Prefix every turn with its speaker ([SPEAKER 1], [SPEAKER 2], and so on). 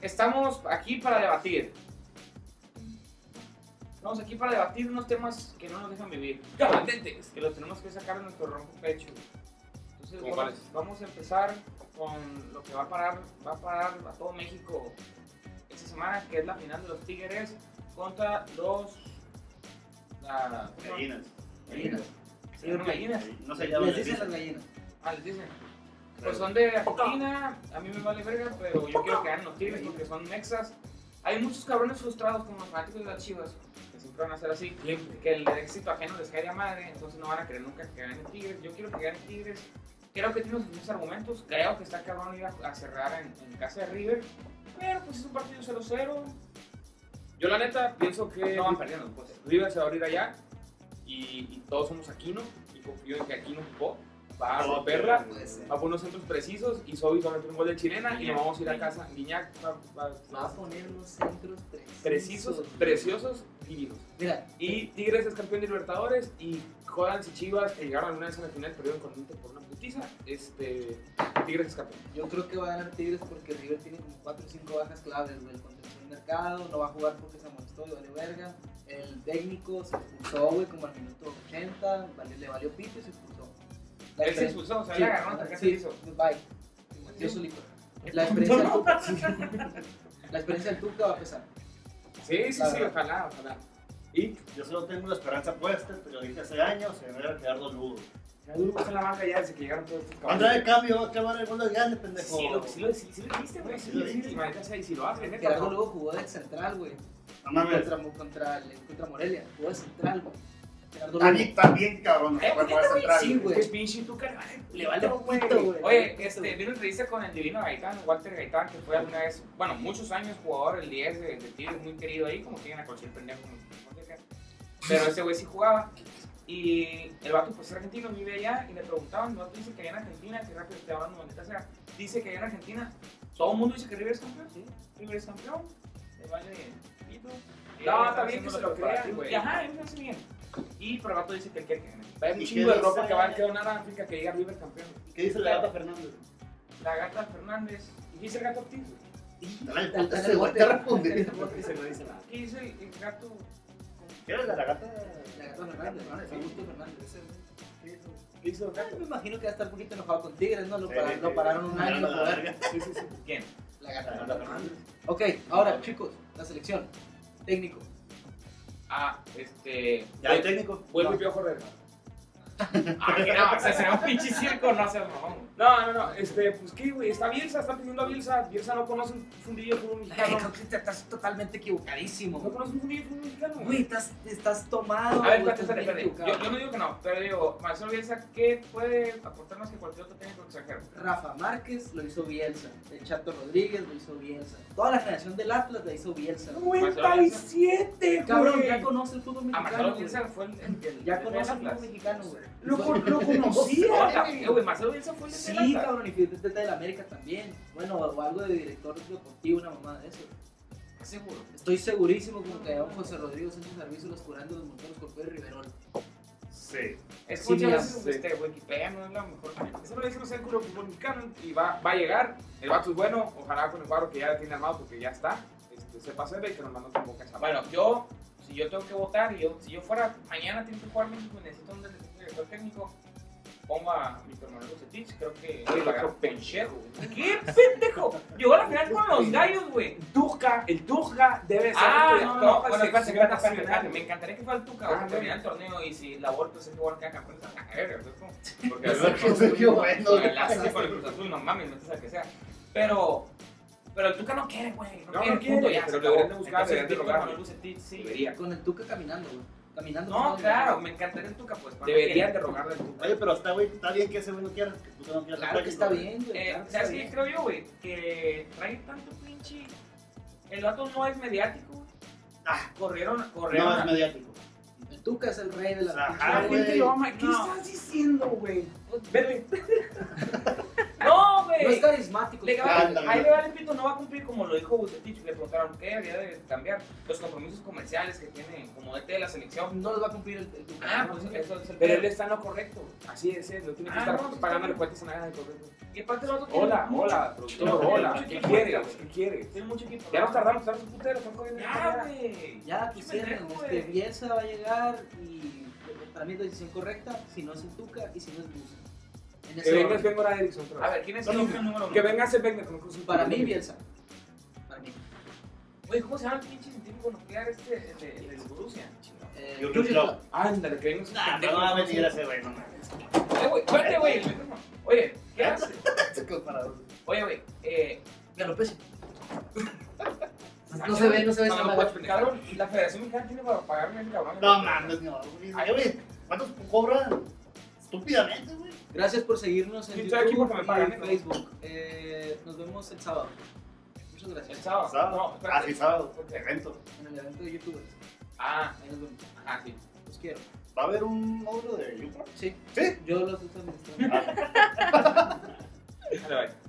[SPEAKER 1] estamos aquí para debatir. Estamos aquí para debatir unos temas que no nos dejan vivir.
[SPEAKER 2] Candentes.
[SPEAKER 1] Que los tenemos que sacar de nuestro ronco pecho. Entonces
[SPEAKER 2] ¿Cómo
[SPEAKER 1] vamos,
[SPEAKER 2] cuáles?
[SPEAKER 1] vamos a empezar con lo que va a parar, va a parar a todo México esta semana, que es la final de los Tigres contra los la- ¿cómo se llama?
[SPEAKER 3] Gallinas.
[SPEAKER 1] Gallinas. Sí, los gallinas.
[SPEAKER 3] No sé, ya
[SPEAKER 4] Les
[SPEAKER 3] les
[SPEAKER 4] dicen
[SPEAKER 3] dicen.
[SPEAKER 4] las gallinas.
[SPEAKER 1] Ah, les dicen. Pues son de Argentina, a mí me vale verga, pero yo quiero que ganen los Tigres porque son mexas. Hay muchos cabrones frustrados como los fanáticos de las Chivas, que siempre van a ser así,
[SPEAKER 2] Siempre.
[SPEAKER 1] que el éxito ajeno les cae la madre, entonces no van a querer nunca que ganen Tigres. Yo quiero que ganen Tigres. Creo que tiene sus argumentos, creo que está cabrón ir a, a cerrar en, en casa de River, pero pues es un partido 0-0,
[SPEAKER 2] Yo la neta pienso que
[SPEAKER 1] no van perdiendo pues.
[SPEAKER 2] River se va a abrir allá y, y todos somos Aquino y confío en que Aquino jugó, va a
[SPEAKER 3] No,
[SPEAKER 2] romperla,
[SPEAKER 4] Puede ser.
[SPEAKER 2] va a poner centros precisos y Sobi va a meter un gol de chilena y nos
[SPEAKER 1] Guiñac.
[SPEAKER 2] vamos a ir a casa. Guiñac va- va-
[SPEAKER 4] Va a poner unos centros preciosos.
[SPEAKER 2] precisos, preciosos, divinos.
[SPEAKER 4] Mira,
[SPEAKER 2] Y Tigres es campeón de Libertadores y Jodans y Chivas que llegaron alguna vez a la final perdieron con Inter por una putiza. Este, Tigres es campeón.
[SPEAKER 4] yo creo que va a ganar Tigres porque River tiene como 4 o 5 bajas claves, güey. Contención de mercado, no va a jugar porque se amonestó y valió verga. El técnico se expulsó, güey, como al minuto 80, vale- le valió pito y se expulsó. La
[SPEAKER 1] Él se
[SPEAKER 4] expre-
[SPEAKER 1] expulsó, o sea,
[SPEAKER 4] Sí,
[SPEAKER 1] le agarró una tarjeta
[SPEAKER 4] sí,
[SPEAKER 1] y hizo.
[SPEAKER 4] Bye. Se metió solito. La experiencia, del Tuca, la experiencia del Tuca va a pesar.
[SPEAKER 2] Sí, sí,
[SPEAKER 4] La
[SPEAKER 2] sí,
[SPEAKER 4] verdad.
[SPEAKER 2] ojalá, ojalá. Y
[SPEAKER 3] Yo solo tengo la esperanza puesta, te lo dije hace años, se me va a quedar doludo.
[SPEAKER 1] Ya duro pasó en la banca ya desde que llegaron todos estos
[SPEAKER 3] Andrá
[SPEAKER 1] cabrones.
[SPEAKER 3] de cambio, va a clavar el gol de grande, pendejo.
[SPEAKER 1] Sí, lo, sí, lo, sí, sí lo dijiste, güey. Sí,
[SPEAKER 3] Sí,
[SPEAKER 1] lo
[SPEAKER 3] lo
[SPEAKER 1] dijiste.
[SPEAKER 3] dije.
[SPEAKER 1] Y maldita sea, y si lo haces, neta.
[SPEAKER 4] Gerardo
[SPEAKER 1] no.
[SPEAKER 4] luego jugó de central, güey.
[SPEAKER 3] No mames.
[SPEAKER 4] Contra, contra, contra Morelia, jugó de central, güey. Gerardo
[SPEAKER 3] A
[SPEAKER 4] Lugo.
[SPEAKER 3] mí también, cabrón.
[SPEAKER 1] Eh,
[SPEAKER 3] no
[SPEAKER 1] ¿por qué
[SPEAKER 3] puede
[SPEAKER 1] te
[SPEAKER 3] central,
[SPEAKER 4] Sí, güey.
[SPEAKER 1] Que es pinche tú, cara, le vale,
[SPEAKER 4] Le
[SPEAKER 1] le
[SPEAKER 4] vale
[SPEAKER 1] vale,
[SPEAKER 4] pito,
[SPEAKER 1] güey.
[SPEAKER 4] güey.
[SPEAKER 1] Oye,
[SPEAKER 4] Pito,
[SPEAKER 1] este,
[SPEAKER 4] güey.
[SPEAKER 1] vi una entrevista con el divino Gaitán, Walter Gaitán, que fue alguna vez, bueno, muchos años jugador, el 10 de, de Tigres, muy querido ahí, como tienen a cualquier pendejo. como- como sea. Pero ese güey sí jugaba. Y el vato, pues argentino, vive allá, y le preguntaban, el vato dice que allá en Argentina, que rápido estoy hablando, maldita sea, dice que allá en Argentina, todo el mundo dice que River es campeón, sí, River es campeón, le vale pito. No, está bien que se lo crean, güey. Ajá, él me hace bien. Y pero el vato dice que él quiere que gane.
[SPEAKER 2] va a haber un
[SPEAKER 3] ¿Y
[SPEAKER 2] chingo de
[SPEAKER 3] qué
[SPEAKER 2] ropa
[SPEAKER 3] dice?
[SPEAKER 2] que va a quedar una África que diga River campeón.
[SPEAKER 3] ¿Y qué dice la gata Fernández?
[SPEAKER 1] La gata Fernández. ¿Y qué dice el gato Ortiz?
[SPEAKER 3] Dale,
[SPEAKER 4] Al- al-
[SPEAKER 3] se
[SPEAKER 4] al-
[SPEAKER 3] voltea a responder.
[SPEAKER 4] al-
[SPEAKER 2] se lo dice la.
[SPEAKER 1] ¿Qué dice el, el gato?
[SPEAKER 3] ¿Quieres la gata?
[SPEAKER 4] La Gato Fernández,
[SPEAKER 3] Fernández,
[SPEAKER 4] Augusto
[SPEAKER 3] sí.
[SPEAKER 4] Fernández, ese, güey.
[SPEAKER 2] ¿Qué hizo el
[SPEAKER 4] Ah,
[SPEAKER 2] gato?
[SPEAKER 4] Me imagino que va a estar un poquito enojado con Tigres, ¿no? Lo,
[SPEAKER 3] Sí,
[SPEAKER 4] para-
[SPEAKER 3] sí,
[SPEAKER 4] lo
[SPEAKER 3] sí.
[SPEAKER 4] pararon un año.
[SPEAKER 3] Mira, la
[SPEAKER 4] por-
[SPEAKER 3] verga.
[SPEAKER 2] Sí, sí, sí.
[SPEAKER 1] ¿Quién?
[SPEAKER 4] La
[SPEAKER 3] La
[SPEAKER 4] gata.
[SPEAKER 3] gata Fernández.
[SPEAKER 4] Ok, ahora chicos, la selección. Técnico.
[SPEAKER 1] Ah, este.
[SPEAKER 3] Ya hay técnico.
[SPEAKER 2] Vuelve Piojo Herrera.
[SPEAKER 1] Ah, que no, o sea, será un pinche circo, no seas mamón.
[SPEAKER 2] No, no, no. Este, pues qué, güey. Está Bielsa, está pidiendo a Bielsa. Bielsa no conoce un fundillo de fútbol mexicano.
[SPEAKER 4] Creo que te estás totalmente
[SPEAKER 2] No
[SPEAKER 4] equivocadísimo.
[SPEAKER 2] conoce un fundillo de fútbol mexicano.
[SPEAKER 4] Güey, estás, estás tomado.
[SPEAKER 1] A ver,
[SPEAKER 4] güey,
[SPEAKER 1] espérate, espérate,
[SPEAKER 4] estás
[SPEAKER 1] espérate.
[SPEAKER 4] bien
[SPEAKER 1] Yo, yo
[SPEAKER 4] equivocado.
[SPEAKER 1] no digo que no, pero digo, Marcelo Bielsa, ¿qué puede aportar más que cualquier otro técnico extranjero?
[SPEAKER 4] Rafa Márquez lo hizo Bielsa. El Chato Rodríguez lo hizo Bielsa. Toda la generación del Atlas la hizo Bielsa.
[SPEAKER 2] 97,
[SPEAKER 4] Cabrón, ya
[SPEAKER 2] güey.
[SPEAKER 4] conoce el fútbol
[SPEAKER 1] A Ah, Marcelo
[SPEAKER 4] mexicano. güey.
[SPEAKER 1] Bielsa fue el. el, el
[SPEAKER 4] Ya conoce el
[SPEAKER 1] el
[SPEAKER 4] fútbol mexicano, güey.
[SPEAKER 2] Lo, con- lo conocía.
[SPEAKER 1] Otra, eh, güey, Marcelo Bielsa fue el de
[SPEAKER 4] Sí, cabrón, y fíjate de la América también. Bueno, o algo de director deportivo, una mamada de eso.
[SPEAKER 1] Seguro.
[SPEAKER 4] Estoy segurísimo como que llevaban José Rodrigo Sánchez Arbizu los curando los montones con Pedro Riverol.
[SPEAKER 3] Sí.
[SPEAKER 1] Es que
[SPEAKER 2] Sí,
[SPEAKER 1] muchas
[SPEAKER 2] ya
[SPEAKER 1] veces
[SPEAKER 2] sé.
[SPEAKER 1] este, Wikipedia no es la mejor.
[SPEAKER 2] Ese lo dice no sé, culo fútbol mexicano. Y va, va a llegar. El vato es bueno. Ojalá con el cuadro que ya tiene armado porque ya está. Este, se pase y que nos mandó con boca esa.
[SPEAKER 1] Bueno, yo, si yo tengo que votar, y yo, si yo fuera mañana tiene que jugar México y necesito un director técnico, pongo a Víctor Manuel Bucetich, creo que
[SPEAKER 2] Oye,
[SPEAKER 1] va a
[SPEAKER 2] lo
[SPEAKER 1] ganar
[SPEAKER 2] creo
[SPEAKER 1] pendejo. ¡Qué pendejo! Llegó a la final con los gallos, güey.
[SPEAKER 2] Tuca, el Tuca debe ser el
[SPEAKER 1] Ah, no,
[SPEAKER 2] director
[SPEAKER 1] no,
[SPEAKER 2] para
[SPEAKER 1] bueno, espérate,
[SPEAKER 2] selección
[SPEAKER 1] espérate, espérate, espérate.
[SPEAKER 2] nacional.
[SPEAKER 1] Me encantaría que fuera el Tuca,
[SPEAKER 2] Ah,
[SPEAKER 1] o sea,
[SPEAKER 2] bueno.
[SPEAKER 1] terminar el torneo y si la Volpe se pues, jugar cada campeón, se van a caer, ¿verdad? Porque
[SPEAKER 3] Sergio Bueno.
[SPEAKER 1] el enlace con el Cruz Azul, no mames, no sé al que sea. Pero, pero el Tuca no quiere, güey.
[SPEAKER 2] No,
[SPEAKER 1] No,
[SPEAKER 2] no
[SPEAKER 1] quiere,
[SPEAKER 2] quiere,
[SPEAKER 1] punto, ya,
[SPEAKER 2] pero
[SPEAKER 1] se
[SPEAKER 2] lo
[SPEAKER 1] acabó.
[SPEAKER 2] deberían de buscar,
[SPEAKER 1] Entonces,
[SPEAKER 2] deberían de
[SPEAKER 1] Víctor
[SPEAKER 2] rogar.
[SPEAKER 1] Manuel Bucetich, sí.
[SPEAKER 2] Debería.
[SPEAKER 4] Con el Tuca caminando, güey. Caminando.
[SPEAKER 1] No,
[SPEAKER 4] caminando.
[SPEAKER 1] claro, me encantaría el Tuca, pues. para
[SPEAKER 2] Deberían
[SPEAKER 1] que-
[SPEAKER 2] de rogarle al Tuca.
[SPEAKER 3] Oye, pero está, güey, está bien que ese güey no quiera, que tú no quieras.
[SPEAKER 4] Claro que está bien, güey.
[SPEAKER 1] Eh,
[SPEAKER 4] claro que
[SPEAKER 1] ¿Sabes
[SPEAKER 4] está
[SPEAKER 1] qué
[SPEAKER 4] bien.
[SPEAKER 1] creo yo, güey? Que trae tanto pinche. El vato no es mediático. güey.
[SPEAKER 3] Ah.
[SPEAKER 1] Corrieron, corrieron.
[SPEAKER 3] No
[SPEAKER 1] a-
[SPEAKER 3] es mediático.
[SPEAKER 4] El Tuca es el rey de la
[SPEAKER 3] Ajá,
[SPEAKER 4] pinche-
[SPEAKER 3] güey.
[SPEAKER 2] ama.
[SPEAKER 1] No.
[SPEAKER 2] diciendo, güey?
[SPEAKER 1] no, güey, güey.
[SPEAKER 4] No es carismático.
[SPEAKER 1] Le
[SPEAKER 4] claro.
[SPEAKER 1] va,
[SPEAKER 3] Ándale.
[SPEAKER 1] ahí le vale pito, no va a cumplir como lo dijo Bucetich, le preguntaron qué había de cambiar los compromisos comerciales que tiene como DT de la selección.
[SPEAKER 4] No los va a cumplir el, el Tuca.
[SPEAKER 1] Ah,
[SPEAKER 4] ¿no?
[SPEAKER 1] pues eso es el
[SPEAKER 2] Pero él está en lo correcto. Así es, él no tiene que
[SPEAKER 1] Ah,
[SPEAKER 2] estar
[SPEAKER 1] no, sí,
[SPEAKER 2] pagándole
[SPEAKER 1] sí.
[SPEAKER 2] cuentas a nadie. al correcto.
[SPEAKER 1] Y aparte el vato tiene
[SPEAKER 2] Hola,
[SPEAKER 1] mucho-
[SPEAKER 2] hola, productor, hola. ¿Qué quieres? ¿Qué quieres?
[SPEAKER 1] Tiene mucho equipo.
[SPEAKER 2] Ya nos tardamos, estamos un putero, están corriendo.
[SPEAKER 1] Ya, güey.
[SPEAKER 4] Ya
[SPEAKER 1] Qué
[SPEAKER 4] quisieran,
[SPEAKER 1] pendejo,
[SPEAKER 4] este
[SPEAKER 1] güey.
[SPEAKER 4] Bielsa va a llegar y para mí es la decisión correcta, si no es el Tuca y si no es Busa. En
[SPEAKER 2] Que
[SPEAKER 4] ese
[SPEAKER 2] venga
[SPEAKER 4] orden.
[SPEAKER 2] Sven Goran Eriksson otra
[SPEAKER 1] A
[SPEAKER 2] vez.
[SPEAKER 1] ver, ¿quién es el número uno?
[SPEAKER 2] Que venga Sven Goran Eriksson.
[SPEAKER 4] Para mí Bielsa. Para mí.
[SPEAKER 1] Güey, ¿cómo se llama el pinche científico nuclear este el de, el de Rusia?
[SPEAKER 4] Eh,
[SPEAKER 3] Jürgen
[SPEAKER 4] Jürgen
[SPEAKER 3] Klopp.
[SPEAKER 4] Klopp.
[SPEAKER 2] Ándale, que venga ese
[SPEAKER 3] Nah,
[SPEAKER 2] pendejo.
[SPEAKER 3] no va a venir ese güey, no mames.
[SPEAKER 1] Eh, güey, espérate, güey. el micrófono. Oye, ¿qué hace? Oye, güey, eh,
[SPEAKER 4] Ya lo pese. No se ve, no se ve.
[SPEAKER 1] no,
[SPEAKER 4] esa
[SPEAKER 1] no,
[SPEAKER 4] madre.
[SPEAKER 1] pues, cabrón, la Federación Mexicana tiene para pagarme ese cabrón.
[SPEAKER 3] No mames, no. güey. Ay, güey, ¿cuántos cobra? Estúpidamente, güey.
[SPEAKER 4] Gracias por seguirnos en
[SPEAKER 2] Sí, estoy aquí
[SPEAKER 4] YouTube
[SPEAKER 2] porque me
[SPEAKER 4] y
[SPEAKER 2] pagan,
[SPEAKER 4] en
[SPEAKER 2] ¿no?
[SPEAKER 4] Facebook. Eh, nos vemos el sábado. Muchas
[SPEAKER 1] El
[SPEAKER 4] gracias.
[SPEAKER 1] sábado. No,
[SPEAKER 3] Sábado.
[SPEAKER 1] espérate.
[SPEAKER 3] Ah, sí, sábado. Evento.
[SPEAKER 4] En el evento de YouTubers.
[SPEAKER 1] Ah,
[SPEAKER 4] Ahí nos vemos.
[SPEAKER 1] ajá, sí.
[SPEAKER 4] Los quiero.
[SPEAKER 3] ¿Va a haber un módulo de Yupa?
[SPEAKER 4] Sí.
[SPEAKER 3] Sí.
[SPEAKER 4] Yo los estoy administrando.
[SPEAKER 3] Ah.
[SPEAKER 2] Ándale, bye.